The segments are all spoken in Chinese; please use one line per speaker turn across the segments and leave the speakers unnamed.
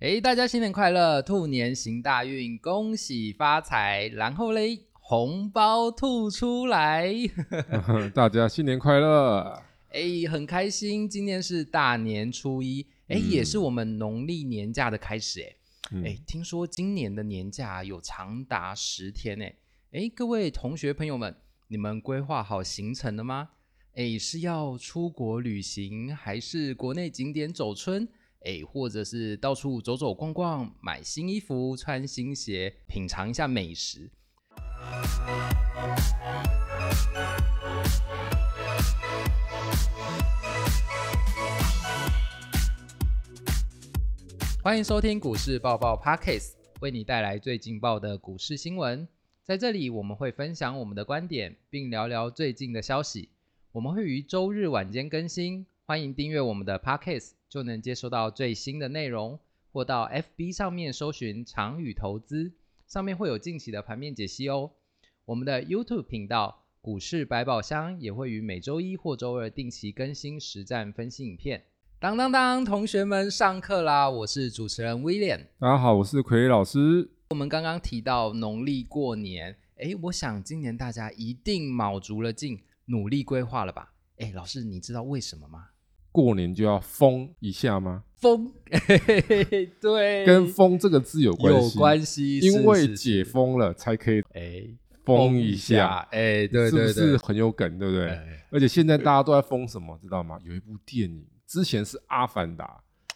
诶，大家新年快乐，兔年行大运，恭喜发财。然后嘞，红包吐出来。
大家新年快乐！
诶，很开心，今天是大年初一，诶，
嗯
也是我们农历年假的开始。诶，
嗯
诶，哎听说今年的年假啊有长达十天。诶，诶，各位同学朋友们，你们规划好行程了吗？诶，是要出国旅行，还是国内景点走春？诶，或者是到处走走逛逛，买新衣服，穿新鞋，品尝一下美食。欢迎收听股市爆爆 Pockets，为你带来最劲爆的股市新闻。在这里，我们会分享我们的观点，并聊聊最近的消息。我们会于周日晚间更新，欢迎订阅我们的 Pockets，就能接收到最新的内容，或到 FB 上面搜寻“长宇投资”，上面会有近期的盘面解析哦。我们的 YouTube 频道“股市百宝箱”也会于每周一或周二定期更新实战分析影片。当当当，同学们上课啦！我是主持人 William。
大家好，我是奎老师。
我们刚刚提到农历过年，诶，我想今年大家一定卯足了劲，努力规划了吧？诶，老师，你知道为什么吗？
过年就要疯一下吗？
风，嘿嘿嘿嘿对，
跟“疯”这个字有关
哎有
系，
关系，
因为
是是
解封了才可以
诶
疯一下，，
诶，对对对，
是不是很有梗，对不对？
哎
而且现在大家都在疯什么，知道吗？有一部电影，之前是《阿凡达》，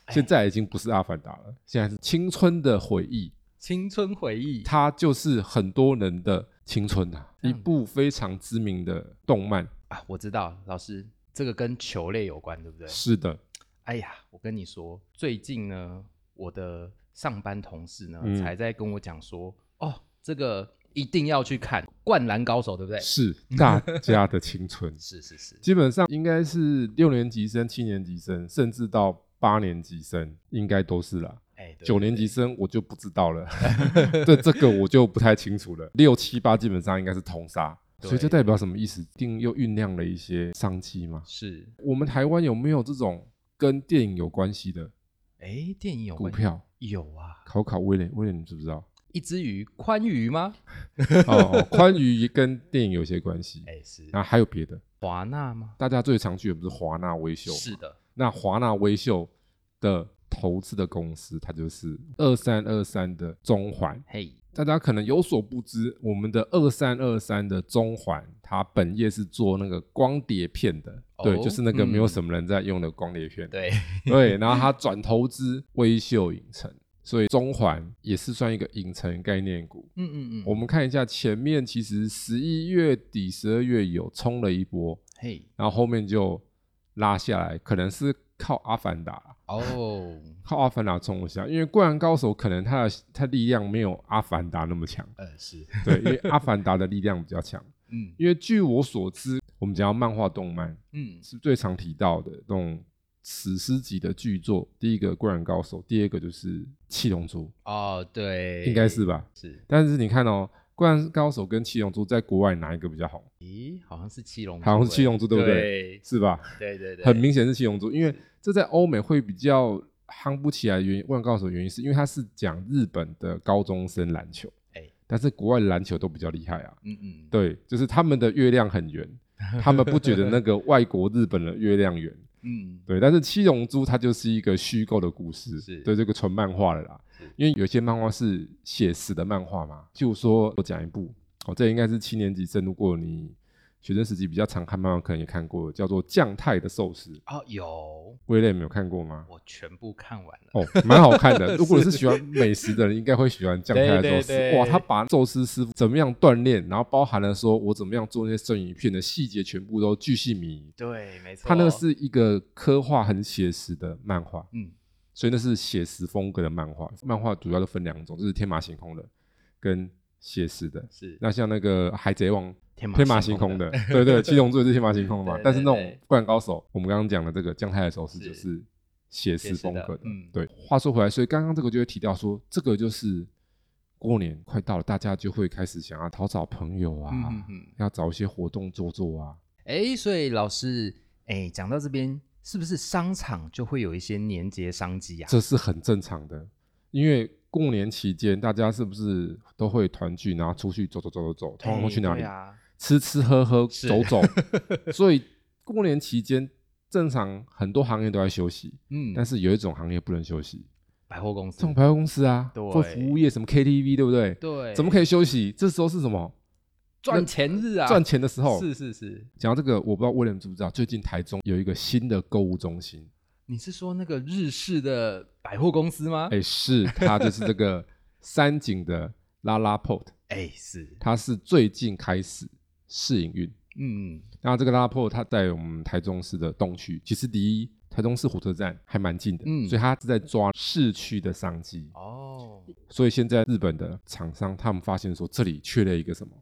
哎
现在已经不是《阿凡达》了，现在是《青春的回忆》。
青春回忆，
它就是很多人的青春啊，
这
一
样
部非常知名的动漫。
啊，我知道，老师，这个跟球类有关，对不对？
是的，
哎呀，我跟你说，最近呢，我的上班同事呢、
嗯
才在跟我讲说，哦，这个一定要去看《灌篮高手》，对不对？
是大家的青春，
是是是，
基本上应该是六年级生、七年级生，甚至到八年级生，应该都是啦。
哎，对
九年级生我就不知道了， 这这个我就不太清楚了。六七八基本上应该是通杀，
对
所以这代表什么意思？一定又酝酿了一些商机吗？
是，
我们台湾有没有这种跟电影有关系的
哎，电影有
股
关
票？
有啊，
考考威廉，威廉你知不 知道？
一只鱼，宽鱼吗？
哦，哦宽鱼跟电影有些关系，
哎，是
然后还有别的，
华纳吗？
大家最常去的不是华纳威秀？
是。的，
那华纳威秀的投资的公司，它就是二三二三的中环。
嘿，
大家可能有所不知，我们的二三二三的中环，它本业是做那个光碟片的，
哦
对，就是那个没有
嗯
什么人在用的光碟片。
对，
对，然后他转投资微秀影城，所以中环也是算一个影城概念股。
嗯嗯嗯，
我们看一下前面，其实十一月底、十二月有冲了一波，
嘿，
然后后面就拉下来，可能是靠《阿凡达》啦，
哦，
靠《阿凡达》冲一下，因为《灌篮高手》可能它的它力量没有《阿凡达》那么强，
呃，是，
对，因为《阿凡达》的力量比较强。
嗯
因为据我所知，我们讲到漫画、动漫
嗯，
是最常提到的那种史诗级的巨作，第一个《灌篮高手》，第二个就是《七龙珠
哦，对，》，
应该是吧？
是，
但是你看哦，《灌篮高手》跟《七龙珠》在国外哪一个比较红？
咦，好像是七龙珠欸，
好像是《七龙珠》，对不对？
对？
是吧？
对对对，
很明显是《七龙珠》，因为这在欧美会比较夯不起来的原因。《灌篮高手》的原因是因为它是讲日本的高中生篮球，
哎
但是国外篮球都比较厉害啊。
嗯嗯，
对，就是他们的月亮 很圆，他们不觉得那个外国日本的月亮圆。
嗯，
对，但是《七龙珠》它就是一个虚构的故事
是，
对这个纯漫画了啦。因为有些漫画是写实的漫画嘛，就说我讲一部，哦，这应该是七年级生，如果你学生时期比较常看漫画，可能也看过，叫做《酱太的寿司》，
哦，有，
威廉有看过吗？
我全部看完了。
哦，蛮好 看的。如果你是喜欢美食的人，应该会喜欢酱太的寿司。
对对对
哇，他把寿司师傅怎么样锻炼，然后包含了说我怎么样做那些生鱼片的细节，全部都巨细靡遗。
对，没错。
他那个，是一个刻画很写实的漫画，
嗯，
所以那是写实风格的漫画。漫画主要就分两种，就是天马行空的跟写实的。
是
那像那个《海贼王》
天
天马行空的， 对对，《七龙珠》也是天马行空嘛
对。对
但是那种
对
《灌篮高手》，我们刚刚讲的这个姜太的手势
是
就是写实风格
写实的嗯
对，话说回来，所以刚刚这个就会提到说，这个就是过年快到了，大家就会开始想要讨找朋友啊，
嗯嗯嗯。
要找一些活动做做啊。
哎，所以老师，哎，讲到这边，是不是商场就会有一些年节商机啊？
这是很正常的。因为过年期间大家是不是都会团聚，然后出去走走走走走，通常会去哪
哎
里？
对啊？
吃吃喝喝，
是
走 走。所以过年期间，正常很多行业都在休息，
嗯，
但是有一种行业不能休息，
百货公
这
司
种百货公司啊，
对
做服务业，什么 KTV，对不对？
对，
怎么
以
可以休息？这时候是什么？
赚钱日啊？
赚钱的时候。
是是是，
讲到这个，我不知道威廉知不知道，最近台中有一个新的购物中心，
你是说那个日式的百货公司吗？
哎、是它就是 这个三井的拉拉 port，
哎是，
它是最近开始试营运。
嗯，
那这个拉拉 port 它在我们台中市的东区，其实离台中市火车站还蛮近的，
嗯
所以它是在抓市区的商机。
哦，
所以现在日本的厂商他们发现说，这里缺了一个什么？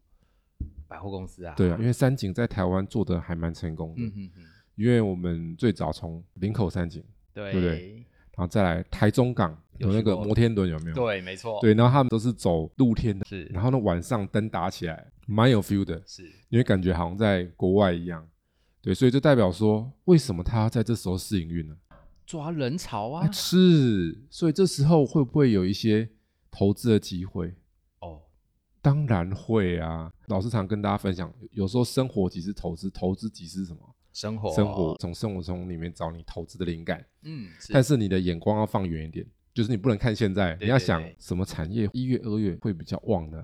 百货公司啊，
对啊，因为三井在台湾做的还蛮成功的，
嗯嗯嗯，
因为我们最早从林口三井，
对
对不
对
对然后再来台中港有那
有去
个
过
摩天轮有没有？
没错，
对，然后他们都是走露天的，
是
然后呢晚上灯打起来，蛮有 feel 的，
是，
你会感觉好像在国外一样。对，所以就代表说，为什么他要在这时候试营运呢？
抓人潮啊
哎，是，所以这时候会不会有一些投资的机会？
哦，
当然会啊。老师常跟大家分享，有时候生活即是投资，投资即是什么？
生活
生活，从生活中里面找你投资的灵感，
嗯，是
但是你的眼光要放远一点，就是你不能看现在，
对
你要
对
想
对
什么产业一月、二月会比较旺呢？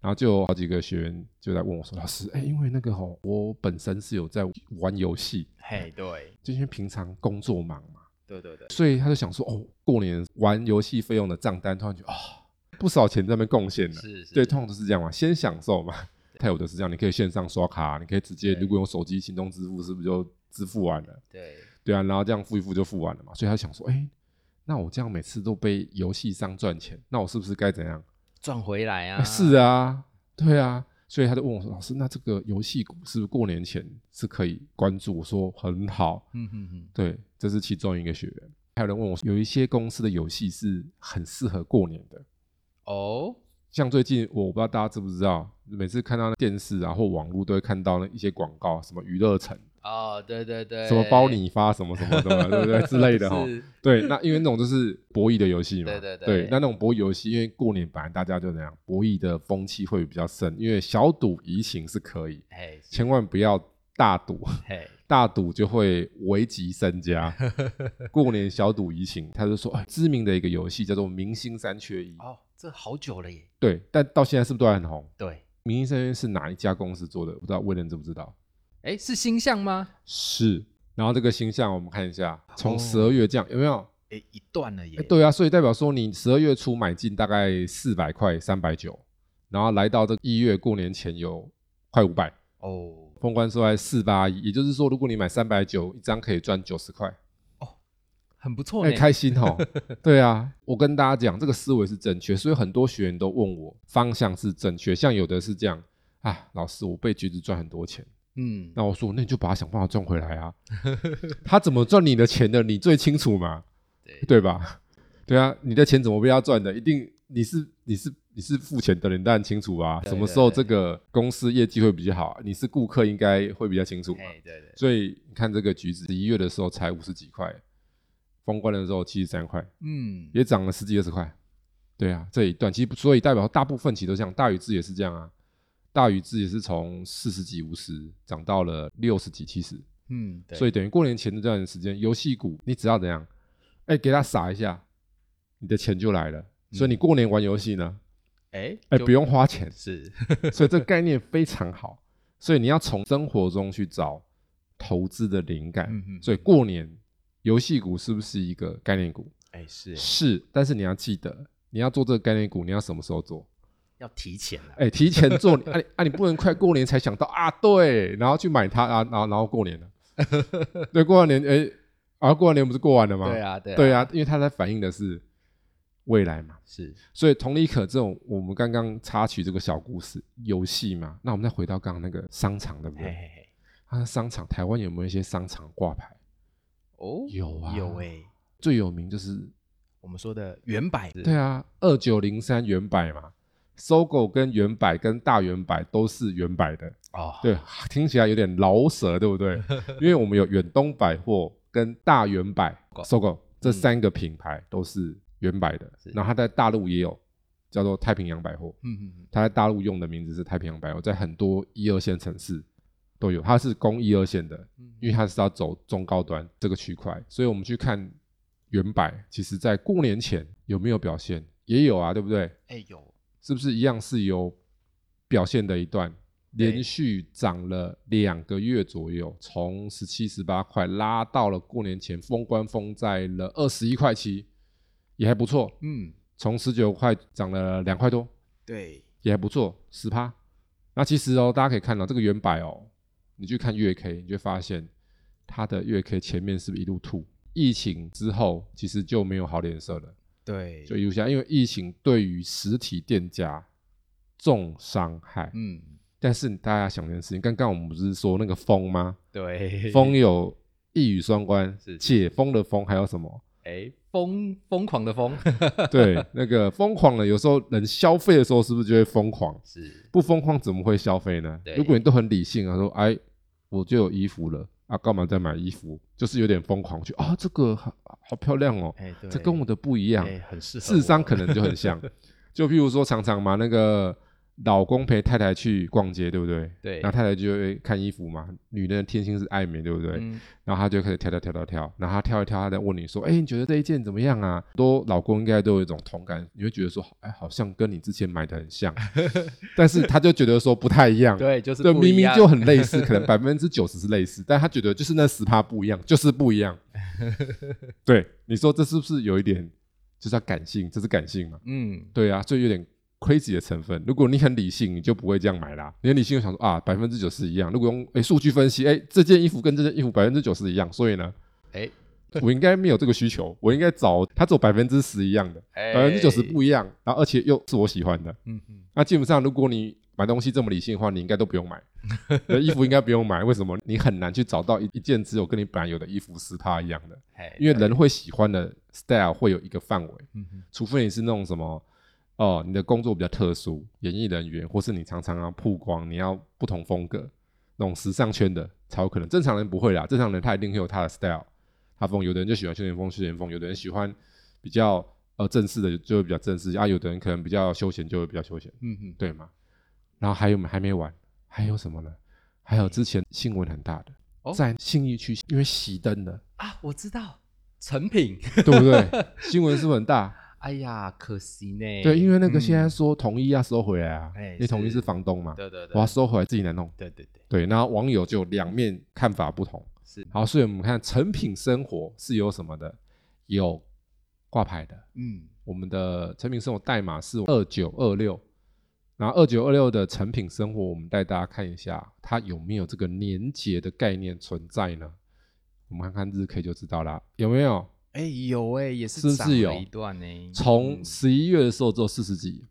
然后就有好几个学员就来问我说：“老师，哎、因为那个吼，我本身是有在玩游戏，
嘿，对
就因为平常工作忙嘛，
对对对，
所以他就想说，哦，过年玩游戏费用的账单，突然觉得啊、不少钱在那边贡献了。
是是，
啊对，通常都是这样嘛，先享受嘛。泰有的是这样，你可以线上刷卡，你可以直接
对
如果用手机行动支付，是不是就支付完了？
对
对啊，然后这样付一付就付完了嘛。所以他想说，哎、那我这样每次都被游戏商赚钱，那我是不是该怎样？
赚回来啊，
哎 是，啊，对啊。所以他就问我说：“老师，那这个游戏股是不是过年前是可以关注？”我说：“很好。
嗯嗯嗯，”
对，这是其中一个学员。还有人问我，有一些公司的游戏是很适合过年的，
哦，
像最近我不知道大家知不知道，每次看到电视啊或网络都会看到那一些广告，什么娱乐城，
哦，对对对，
什么包你发什么什么什么，对不 对之类的哦哈。
是
对，那因为那种就是博弈的游戏嘛，
对对对
那那种博弈游戏，因为过年本来大家就那样，博弈的风气会比较盛，因为小赌怡情是可以，
嘿是
千万不要大赌，
嘿，
大赌就会危及身家。过年小赌怡情，他就说、哎知名的一个游戏叫做《明星三缺一》，
哦，这好久了耶，
对，但到现在是不是都还很红？
对，
明星三缺一是哪一家公司做的？不知道威廉知不知道？
哎，是星象吗？
是。然后这个形象我们看一下，从十二月这样、有没有？
哎，一段了耶
哎，，对啊，所以代表说你十二月初买进大概四百块三百九，然后来到这一月过年前有快五百，
哦
封关收在四八一，也就是说如果你买三百九一张可以赚九十块，
很不错
哎、
呢，
开心 哦。对啊，我跟大家讲这个思维是正确，所以很多学员都问我方向是正确，像有的是这样啊，老师我被橘子赚很多钱，
嗯，
那我说那你就把它想办法赚回 来啊，他怎么赚你的钱的你最清楚嘛。
对
对吧？对啊，你的钱怎么被他赚的？一定你是你是你是付钱的人，你当然清楚啊。
对
什么时候这个公司业绩会比较好，你是顾客应该会比较清楚嘛。
嘿，对对，
所以你看这个橘子，十一月的时候才五十几块，封关的时候七十三块，
嗯，
也涨了十几二十块。对啊，这一段其实不所以代表大部分其实都这样，大禹治也是这样啊。大禹治也是从四十几、五十涨到了六十几、七十，
嗯，对
所以等于过年前这段时间，游戏股你只要怎样，哎、给它撒一下，你的钱就来了。所以你过年玩游戏呢，
哎
哎、
嗯就，
不用花 钱
是，
所以这个概念非常好。所以你要从生活中去找投资的灵感。
嗯嗯
所以过年游戏股是不是一个概念股？
哎 是
是，但是你要记得，你要做这个概念股，你要什么时候做？
要提前了，
哎、提前做， 啊你啊你不能快过年才想到啊，对，然后去买它啊，然后然后过年 了，对，过完年哎，然、后过完年不是过完了吗？
对啊对
对
啊，
啊，因为它在反映的是未来嘛，
是
所以同理可这种我们刚刚插曲这个小故事游戏嘛，那我们再回到刚刚那个商场对不
嘿
对？
嘿嘿，
啊，商场台湾有没有一些商场挂牌？
哦，
有啊，
有哎，
最有名就是
我们说的原版
对啊，二九零三原版嘛，搜狗跟原版跟大原版都是原版的。
哦，
对，听起来有点饶舌，对不对？ 因为我们有远东百货跟大圆百、搜狗这三个品牌都是原版的
嗯是，
然后它在大陆也有叫做太平洋百货，
嗯嗯嗯，
它在大陆用的名字是太平洋百货，在很多一二线城市都有，它是供一二线的，因为它是要走中高端这个区块，所以我们去看原版，其实在过年前有没有表现，也有啊，对不对？
哎有，
是不是一样是有表现的一段，
对
连续涨了两个月左右，从十七十八块拉到了过年前封关封在了二十一块七，也还不错，
嗯，
从十九块涨了两块多，
对，
也还不错，十趴。那其实哦，大家可以看到这个原百哦，你去看月 K，你就会发现它的月 K 前面是不是一路吐？疫情之后其实就没有好脸色了。
对，
就一路下，因为疫情对于实体店家重伤害。
嗯，
但是大家想一件事情，刚刚我们不是说那个风吗？
对，
风有一语双关
是，
解封的风还有什么？
哎，
疯疯狂的疯，
对，那个疯狂的，有时候人消费的时候是不是就会疯狂？
是
不疯狂怎么会消费呢
对？
如果你都很理性啊，说哎，我就有衣服了啊，干嘛再买衣服？就是有点疯狂去啊，这个好好漂亮哦，
哎，对，
这跟我的不一样。
哎很适合我，
智商可能就很 像。就譬如说，常常嘛，那个老公陪太太去逛街，对不对？
对
然后太太就会看衣服嘛，女人的天性是爱美，对不对？
嗯
然后她就开始挑挑挑挑挑，然后她挑一挑，她再问你说：“哎、你觉得这一件怎么样啊？”多老公应该都有一种同感，你会觉得说：“哎，好像跟你之前买的很 像。”但是他就觉得说不太一样。。
对，就是
对，
不一
明明
样
就很类似，可能百分之九十是类似，但他觉得就是那十趴不一样，就是不 一样。对，你说这是不是有一点就是要感性？这是感性嘛？
嗯，
对啊，所以有点 crazy 的成分。如果你很理性，你就不会这样买啦。你很理性就想说啊，百分之九十一样。如果用诶数据分析，诶这件衣服跟这件衣服百分之九十一样，所以呢，
哎
我应该没有这个需求，我应该找它走百分之十一样的，
哎
百分之九十不一样，然后而且又是我喜欢的。
嗯嗯
那基本上，如果你买东西这么理性的话，你应该都不用 买，你的衣服应该不用买。为什么？你很难去找到一一件只有跟你本来有的衣服是它一样的，
哎
因为人会喜欢的 style 会有一个范围，
嗯嗯，
除非你是那种什么。哦，你的工作比较特殊，演艺人员，或是你常常要曝光，你要不同风格，那种时尚圈的才有可能。正常人不会啦，正常人他一定会有他的 style，他风。有的人就喜欢休闲风，休闲风；有的人喜欢比较呃正式的，就会比较正式啊；有的人可能比较休闲，就会比较休闲。
嗯嗯，
对吗？然后还有没还没完，还有什么呢？还有之前新闻很大的，
哦
在信义区因为熄灯了，
啊，我知道成品，
对不对？ 新闻是不是很大？
哎呀，可惜呢，
对，因为那个
嗯
现在说统一要收回来啊，
哎
因为统一
是
是房东嘛，
对对
我
对，
要收回来自己来弄。
对对对，
对，那网友就有两面看法不同。
是
好，所以我们看成品生活是有什么的？有挂牌的，
嗯
我们的成品生活代码是二九二六，然后二九二六的成品生活，我们带大家看一下，它有没有这个年节的概念存在呢？我们看看日 K 就知道啦，有没有？
哎有
欸
哎也
是不
是
是
涨了
有
一段呢，
从
嗯
十一月的时候只有四十几，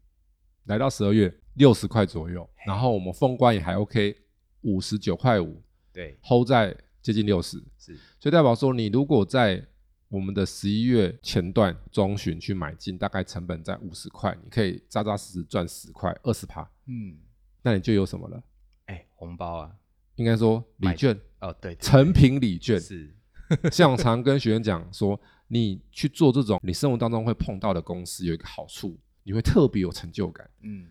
来到十二月六十块左右，然后我们封关也还 OK，五十九块五
对
hold 在接近六十，
是
所以代表说，你如果在我们的十一月前段中旬去买进，大概成本在五十块，你可以扎扎实实赚十块、二十趴，
嗯，
那你就有什么了？
哎红包啊，
应该说礼券，
哦对，对
成品礼
对
券。
是
像我常跟学员讲说，你去做这种你生活当中会碰到的公司，有一个好处，你会特别有成就感。
嗯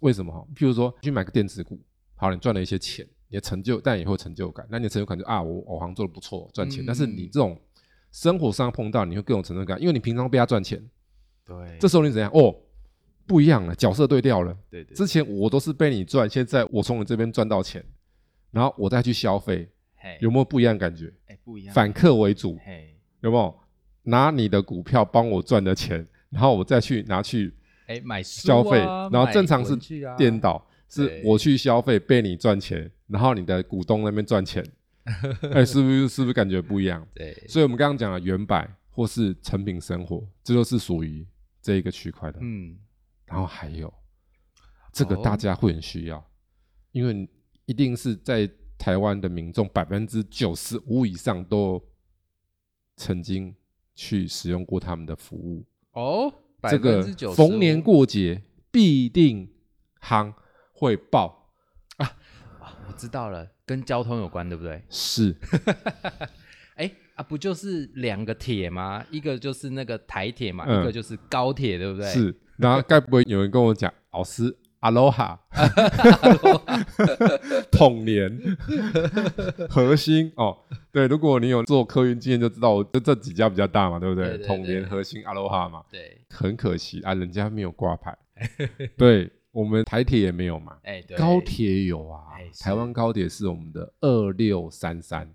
为什么？譬如说，去买个电子股，好，你赚了一些钱，你的成就，但也会有成就感。那你的成就感就啊，我我好像做的不错，赚钱。
嗯
但是你这种生活上碰到，你会更有成就感，因为你平常被他赚钱，
对，
这时候你怎样？哦，不一样了，角色对调了。
对对
之前我都是被你赚，现在我从你这边赚到钱，然后我再去消费，
嘿
有没有不一样的感觉？
哎不一样
啊
反客为主，
嘿
有没有？拿你的股票帮我赚的钱，然后我再去拿去
哎买书啊
消费，然后
买
正常是
文具啊
颠倒，是
对
我去消费被你赚钱，然后你的股东那边 赚钱，哎，是不是是不是感觉不一样？
对
所以我们刚刚讲了原版或是成品生活，这就是属于这一个区块的。
嗯
然后还有这个
哦
大家会很需要，因为一定是在台湾的民众百分之九十五以上都曾经去使用过他们的服务。
哦，
这个
95%
逢年过节必定夯会爆，
我知道了，跟交通有关，对不对？
是
哎啊，不就是两个铁吗？一个就是那个台铁嘛，
嗯
一个就是高铁，对不对？
是，然后该不会有人跟我讲老师阿罗哈，统联核心哦，对，如果你有做客运经验就知道，这这几家比较大嘛，对不
对
对？
对
统联、
对
核心、阿罗哈嘛，
对，
很可惜啊，人家没有挂 牌，对我们台铁也没有嘛，
哎，对，
高铁有啊
哎，是
台湾高铁是我们的二六三三，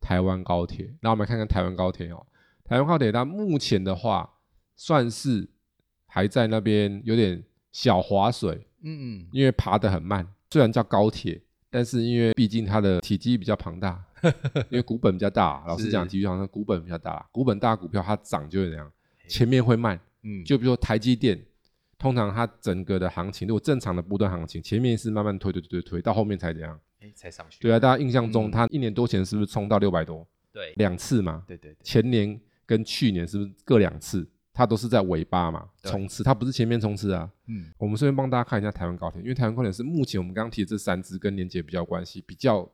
台湾高铁。那我们来看看台湾高铁哦，台湾高铁它目前的话，算是还在那边有点小划水，
嗯，嗯，
因为爬得很慢。虽然叫高铁，但是因为毕竟它的体积比较 庞大，因为股本比较大。老实讲，
是
体育行业股本比较大，股本大的股票它涨就会怎样，
哎
前面会慢。
嗯，
就比如说台积电，通常它整个的行情，如果正常的波段行情，前面是慢慢推推推推推，到后面才怎样？
哎，才上去。
对啊，大家印象中
嗯
它一年多前是不是冲到六百多
对
两次嘛？
对对对，
前年跟去年是不是各两次？它都是在尾巴嘛
对
冲刺，它不是前面冲刺啊。
嗯，
我们顺便帮大家看一下台湾高铁，因为台湾高铁是目前我们刚刚提的这三支跟连接比较有关系，比较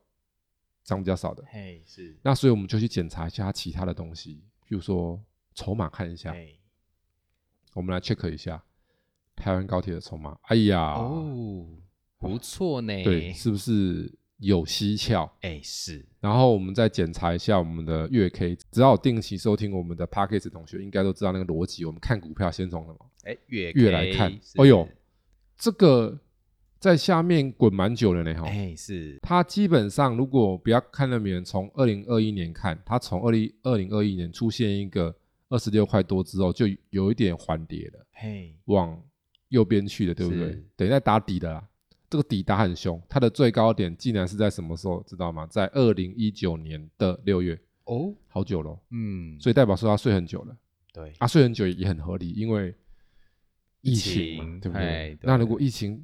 涨比较少的。
嘿是，
那所以我们就去检查一下它其他的东西，譬如说筹码看一下，
哎
我们来 check 一下台湾高铁的筹码。哎呀，
哦，不错呢，
对，是不是有蹊跷？
哎是，
然后我们再检查一下我们的月 K，只要有定期收听我们的 p a c k a g e 同学，应该都知道那个逻辑。我们看股票先从什么
哎月
月来看？哎呦，这个在下面滚蛮久了呢哈。
哎是，
它基本上如果不要看那边，从二零二一年看，它从二零二零二一年出现一个二十六块多之后，就有一点缓跌了。
嘿
往右边去的，对不对
是？
等于在打底的啦。这个底打很凶，它的最高点竟然是在什么时候？知道吗？在二零一九年的六月，
哦，
好久咯，
嗯，
所以代表说它睡很久了。
对
啊，睡很久也很合理，因为疫情嘛，
疫情
对不
哎
对
对？
那如果疫情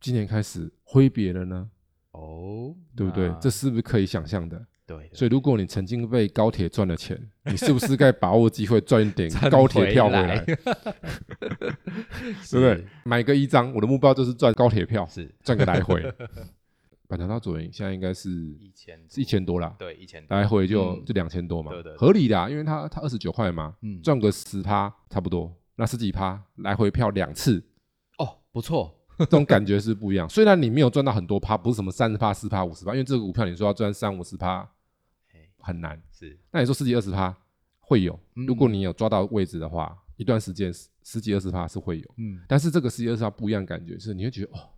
今年开始挥别了呢，
哦
对不对
啊
那？
这是不是可以想象的？
对，
所以如果你曾经被高铁赚了钱，你是不是该把握机会赚一点
赚
高铁票回
回
来
来？
对不对？买个一张，我的目标就是赚高铁票，
是
赚个来回。板桥到左营现在应该是
一千
是一千多啦，
对一千多
来回就、
嗯
就两千多嘛，
对对对
合理的，啊因为它它二十九块嘛，
嗯，
赚个十趴差不多，那十几趴来回票两次，
哦，不错，
这种感觉是不一样。 虽然你没有赚到很多趴，不是什么三十趴、四趴、五十趴，因为这个股票你说要赚三五十趴
哎
很难，
是
那你说十几二十趴会有
嗯，
如果你有抓到位置的话，一段时间十十几二十趴是会有。
嗯，
但是这个实际上不一样的感觉，是你会觉得哦，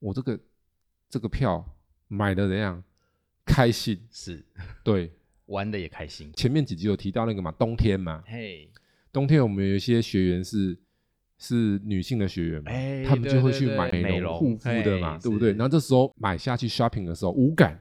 我这个这个票买的怎样开心？
是，
对，
玩的也开心，
前面几集有提到那个嘛，冬天嘛，
嘿
冬天我们有一些学员是是女性的学员嘛，
哎
他们就会去
对对哎
买
对
美
容
容
护肤的嘛，
嘿
对不对？
是
然后这时候买下去 shopping 的时候 无感。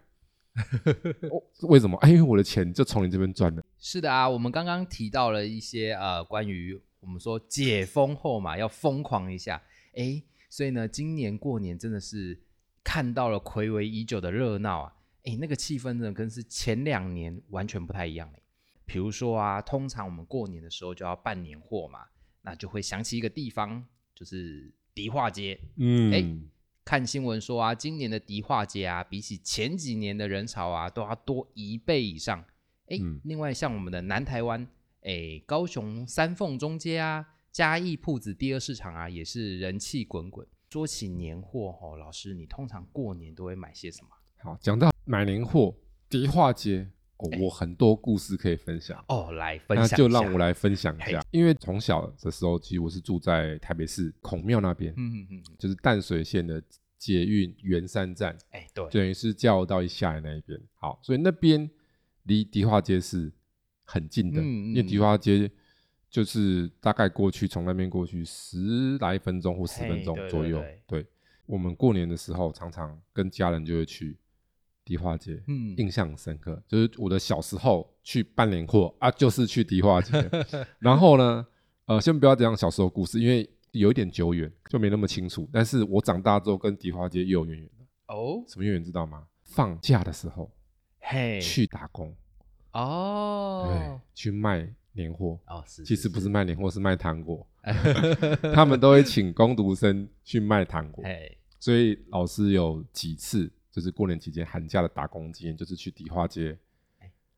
哦为什么？哎，因为我的钱就从你这边赚的，
是的啊，我们刚刚提到了一些呃，关于我们说解封后嘛，要疯狂一下，诶，所以呢，今年过年真的是看到了暌违已久的热闹啊，诶，那个气氛真的跟是前两年完全不太一样诶。比如说啊，通常我们过年的时候就要办年货嘛，那就会想起一个地方，就是迪化街。
嗯
哎看新闻说啊，今年的迪化街啊，比起前几年的人潮啊，都要多一倍以上。哎、
嗯
另外像我们的南台湾，哎，高雄三凤中街啊，嘉义铺子第二市场啊，也是人气滚滚。说起年货哦，老师，你通常过年都会买些什么？
好，讲到买年货，迪化街，哦
哎
我很多故事可以分享。
哦，来分享
那
一下，
就让我，来分享一
嘿
下，因为从小的时候，其实我是住在台北市孔庙那边，
嗯嗯嗯嗯，
就是淡水线的捷运圆山站，
哎，对，
就等于是交流道一下来那一边。好，所以那边离迪化街是很近的，
嗯嗯
因为迪
嗯
化街就是大概过去从那边过去十来分钟或十分
嘿
钟
对
左
对
右。对，我们过年的时候常常跟家人就会去迪化街，
嗯，
印象很深刻，就是我的小时候去办年货啊，就是去迪化街。 然后呢，呃，先不要讲小时候的故事，因为有一点久远，就没那么清楚。但是我长大之后跟迪化街又有渊源了，
哦，
什么渊源知道吗？放假的时候
嘿，
去打工，对
哎哦，，
去卖年货。
哦，是，
其实不是卖年货，是卖糖 果。他们都会请工读生去卖糖果，
哎，
所以老师有几次就是过年期间寒假的打工经验，就是去迪化街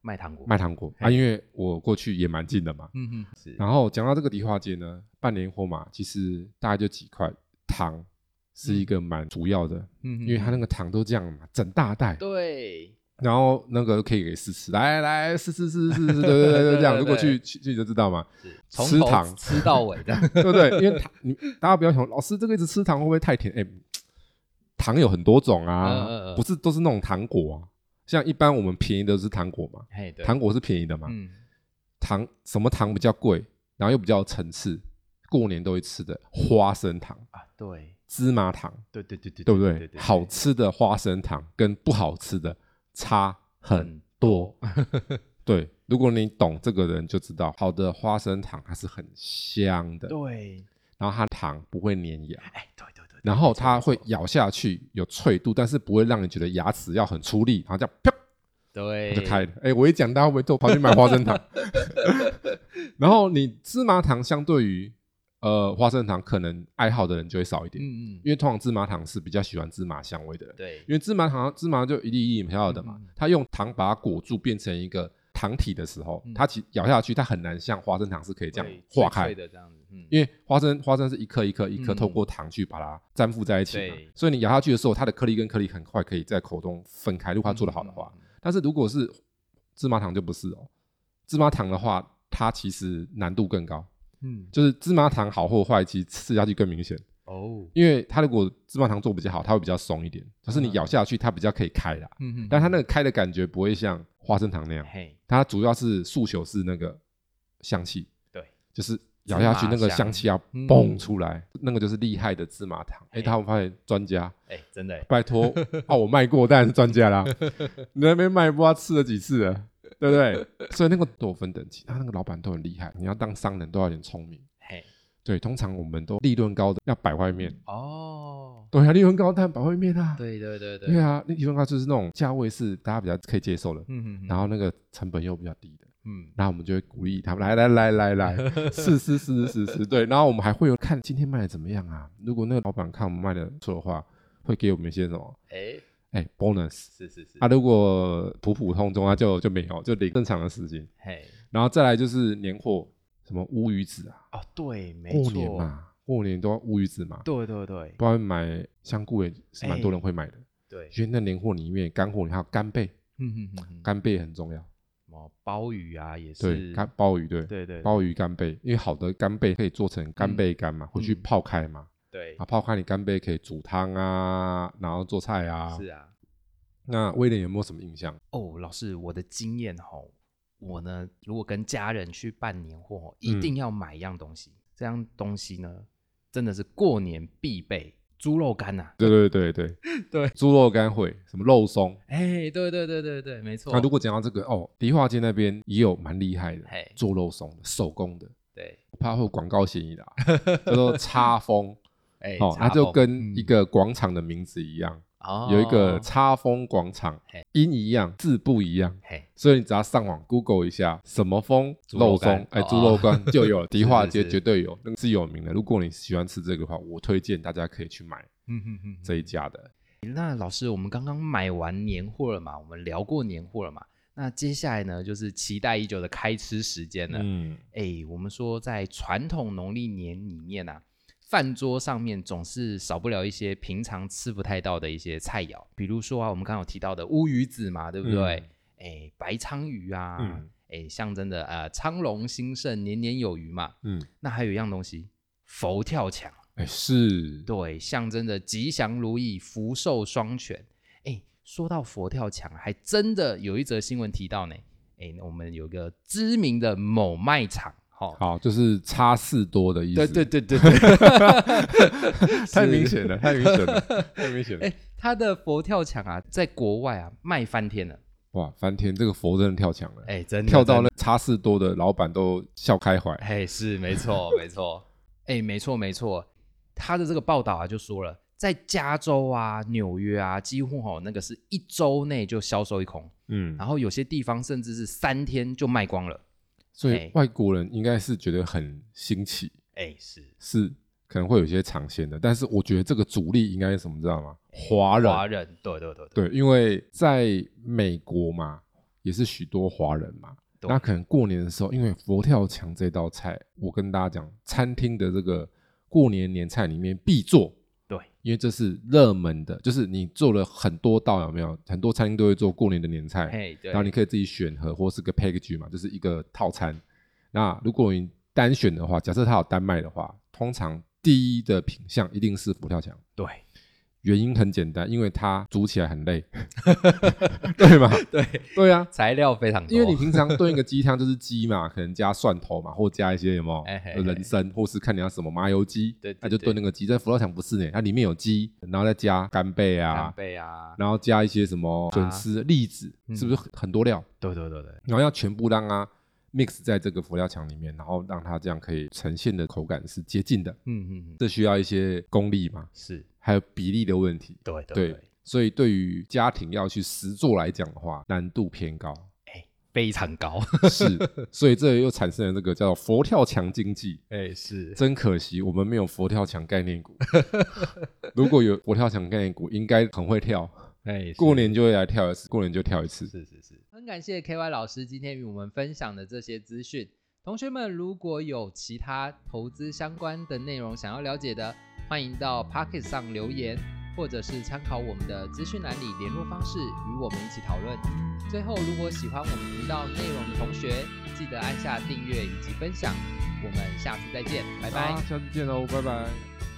卖糖果，
卖糖果啊，
嘿
因为我过去也蛮近的嘛。
嗯哼，
是
然后讲到这个迪化街呢，办年货嘛，其实大概就几块糖
嗯
是一个蛮主要的，
嗯哼，
因为它那个糖都这样嘛，整大袋，
对，
然后那个可以给试吃，来来试试试试试，对对对对，这样如果去去去就知道嘛，
是
从
吃
头
糖
吃到尾 的，
对不对？因为糖你大家不要想，老师这个一直吃糖会不会太甜？哎，糖有很多种
嗯嗯
啊，
嗯
不是都是那种糖果啊，像一般我们便宜的是糖果嘛，
嘿，对，
糖果是便宜的嘛，
嗯，
糖什么糖比较贵，然后又比较有层次，过年都会吃的花生糖、
啊，对，
芝麻糖，
对对对对，
对不
对？
对？好吃的花生糖跟不好吃的差很多。嗯 对，如果你懂这个人就知道，好的花生糖它是很香的，
对，
然后它糖不会粘牙，
哎，对对对，
然后
没错
它
没
会
错
咬下去有脆度，但是不会让你觉得牙齿要很出力，然后这样啪
对
我就开了。哎、我一讲，大家会不会都跑去买花生糖？ 然后你芝麻糖相对于呃花生糖，可能爱好的人就会少一点，
嗯嗯，
因为通常芝麻糖是比较喜欢芝麻香味的人，
对
因为芝麻糖芝麻就一粒一粒飘的嘛，
嗯嗯
它用糖把它裹住变成一个糖体的时候，
嗯
它其咬下去，它很难像花生糖是可以这样
会
化
脆
开
脆。的这样子，嗯，
因为花生花生是一颗一颗一颗
嗯
透过糖去把它粘附在一起嘛
对，
所以你咬下去的时候，它的颗粒跟颗粒很快可以在口中分开。如果它做得好的
嗯
话，
嗯
但是如果是芝麻糖就不是哦，芝麻糖的话，它其实难度更高。
嗯
就是芝麻糖好或坏，其实吃下去更明显，
哦，
因为它如果芝麻糖做比较好，它会比较松一点，可是你咬下去它比较可以开啦，
嗯嗯，
但它那个开的感觉不会像花生糖那样，
嘿，
它主要是诉求是那个香气，
对，
就是咬下去那
芝
个
麻香
香气要
嗯
蹦出来，那个就是厉害的芝麻糖。哎，
嘿
他们发现专家，
哎，真的，
拜托，啊，我卖过，当然是专 家啦。你在那边卖，不知道吃了几次了，对不对？所以那个都有分等级，他那个老板都很厉害。你要当商人，都要有点聪明。
嘿，
对，通常我们都利润高的要摆外面，
嗯
哦，
对啊，利润高但摆外面啊。
对对对对，
对啊，利润高就是那种价位是大家比较可以接受的，
嗯嗯，
然
后
后那个成本又比较低的。
嗯
然后我们就会鼓励他们来来来来 来，是是是是是，对。然后我们还会有看今天卖的怎么样啊？如果那个老板看我们卖的不错的话，会给我们一些什么？
哎，
哎，bonus
是是是
啊。，如果普普通通啊，就就没有，就领正常的时间。
嘿，
然后再来就是年货，什么乌鱼子啊，
哦，对，没
过年
错，
嘛，过年都要乌鱼子嘛，
对对对
不然买香菇也是蛮
哎
多人会买的。
对，
因为那年货里面干货，你还有干贝，
嗯嗯嗯，
干贝很重要，
什么鲍鱼啊，也
对，
是，
干鲍鱼对。
对对
鲍鱼干贝，因为好的干贝可以做成干贝干嘛，回去泡开嘛，
嗯对
啊，，泡开你干贝可以煮汤啊，然后做菜啊。
是啊，
那威廉有没有什么 印象？
哦，老师，我的经验吼，我呢，如果跟家人去办年货吼，
嗯
一定要买一样东西，这样东西呢，真的是过年必备，猪肉干呐、
对对对对
对
猪肉干会什么肉松？
哎，对对对对对，没错
那、，如果讲到这个哦，迪化街那边也有蛮厉害的
嘿，
做肉松的，手工的，
对，
我怕会有广告嫌疑 啦，叫做叉风
哎、
哦，它
茶
就
包
跟一个广场的名字一样，
嗯哦
有一个叉风广场，音一样，字不一样。
嘿，
所以你只要上网 Google 一下什么风
猪肉
肉
干
松，哎，
哦
猪 肉干就有了，迪化
是
街
是
绝对有，那个是有名的。如果你喜欢吃这个的话，我推荐大家可以去买
嗯嗯嗯，
这一家的。
那老师，我们刚刚买完年货了嘛，我们聊过年货了嘛，那接下来呢，就是期待已久的开吃时间了。
嗯，
哎，我们说在传统农历年里面啊，饭桌上面总是少不了一些平常吃不太到的一些菜肴，比如说啊，我们刚刚有提到的乌鱼子嘛，对不对？哎、白鲳鱼啊，
嗯
哎、象征着呃昌隆兴盛、年年有余嘛。
嗯，
那还有一样东西，佛跳墙，
哎，是，
对，象征着吉祥如意、福寿双全。哎，说到佛跳墙，还真的有一则新闻提到呢。哎，我们有个知名的某卖场，好、
好，就是差事多的意思。
对对，对对对，
太明显 了，太明显了，太明显了。
哎他的佛跳墙啊，在国外啊卖翻天了，
哇，翻天，这个佛真的跳墙了，
哎、真的
跳到
真
那
的
差事多的老板都笑开怀。
哎，是没 错没错，哎，没错没错，他的这个报道啊就说了，在加州啊、纽约啊，几乎吼、那个是一周内就销售一空，
嗯，
然后有些地方甚至是三天就卖光了，
所以
哎
外国人应该是觉得很新奇。
哎，是
是可能会有一些尝鲜的，但是我觉得这个主力应该是什么，知道吗？华人
华人，对对对对，
对，因为在美国嘛，也是许多华人嘛。
对
那可能过年的时候，因为佛跳墙这道菜，我跟大家讲，餐厅的这个过年年菜里面必做，
对，
因为这是热门的，就是你做了很多道，有没有？很多餐厅都会做过年的年菜，
嘿，对，
然后你可以自己选盒或是个 package 嘛，就是一个套餐。那如果你单选的话，假设它有单卖的话，通常第一的品相一定是佛跳墙。
对
原因很简单，因为它煮起来很 累，对吗？
对
对啊，
材料非常多，
因为你平常炖一个鸡汤就是鸡嘛，可能加蒜头嘛，或加一些有没有
哎嘿嘿
人参，或是看你要什么麻油鸡
对对，
那就炖那个鸡。但佛跳墙不是呢，它里面有鸡，然后再加干贝
干
啊，
贝啊，
然后加一些什么笋丝、栗子，
嗯
是不是很很多料？
对对对对，
然后要全部让它 mix 在这个佛跳墙里面，然后让它这样可以呈现的口感是接近的。
嗯嗯嗯，
这需要一些功力嘛，
是
还有比例的问题。
对对
对，所以对于家庭要去实做来讲的话，难度偏高。
非常高，
是，所以这又产生了这个叫做佛跳墙经济。
哎是，
真可惜，我们没有佛跳墙概念股。如果有佛跳墙概念股，应该很会跳，
哎
过年就会来跳一次，过年就跳一次。
是是是，
很感谢 KY 老师今天与我们分享的这些资讯。同学们如果有其他投资相关的内容想要了解的，欢迎到 Pocket 上留言，或者是参考我们的资讯栏里联络方式与我们一起讨论。最后，如果喜欢我们频道内容的同学，记得按下订阅以及分享。我们下次再见，拜拜。
哦好下次见喽，拜拜。